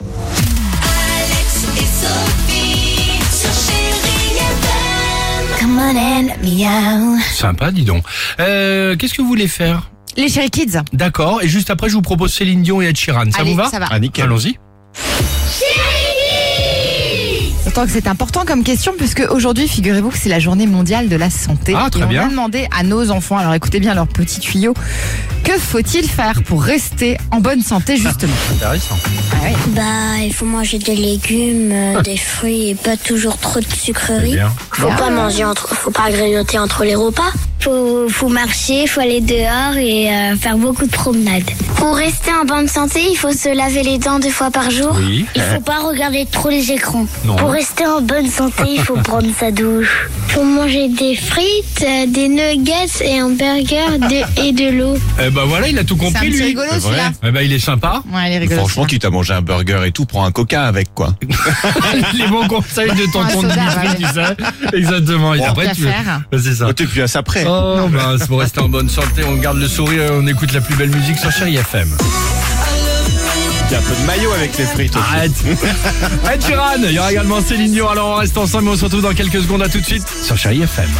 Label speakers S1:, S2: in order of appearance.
S1: Alex et Sophie sur Chérie FM.
S2: Come on in, meow.
S3: Sympa, dis donc. Euh, Qu'est-ce que vous voulez faire
S4: Les Chéri Kids.
S3: D'accord. Et juste après, je vous propose Céline Dion et Ed Sheeran. Ça
S4: Allez,
S3: vous va
S4: ça va.
S3: Ah, nickel. Allons-y.
S4: Autant que c'est important comme question, puisque aujourd'hui, figurez-vous que c'est la journée mondiale de la santé.
S3: Ah, très
S4: et on
S3: bien.
S4: a demandé à nos enfants, alors écoutez bien leurs petits tuyaux, que faut-il faire pour rester en bonne santé, justement
S3: Intéressant.
S5: Bah, il faut manger des légumes, euh, des fruits et pas toujours trop de sucreries.
S3: Bien.
S5: Faut pas manger entre, faut pas grignoter entre les repas. Ah. Faut, faut marcher, faut aller dehors et euh, faire beaucoup de promenades. Pour rester en bonne santé, il faut se laver les dents deux fois par jour.
S3: Oui.
S5: Il faut pas regarder trop les écrans.
S3: Non.
S5: Pour rester en bonne santé, il faut prendre sa douche. Faut manger des frites, euh, des nuggets et un burger de- et de l'eau.
S3: Eh ben voilà, il a tout
S4: C'est un
S3: compris,
S4: petit
S3: lui.
S4: rigolo,
S3: C'est vrai.
S4: celui-là.
S3: Eh ben, il est sympa.
S4: Ouais, les rigolos.
S6: Franchement, quitte à manger un burger et tout, prends un coca avec, quoi.
S3: Les bons conseils de ton
S4: Un
S3: tonton
S4: soda,
S3: Dimitri,
S4: ouais.
S3: tu sais. Exactement. Et
S6: Bon,
S3: après,
S4: qu'à
S3: tu veux-
S4: faire.
S3: Ouais, C'est ça.
S6: Oh, T'es plus à ça près.
S3: Oh, ben, c'est pour rester en bonne santé, on garde le sourire et on écoute la plus belle musique sur Chéri FM.
S6: Il y a un peu de maillot avec les frites. aussi.
S3: Arrête Ed Sheeran, il y aura également Céline Dion, alors on reste ensemble et on se retrouve dans quelques secondes, à tout de suite sur Chéri FM.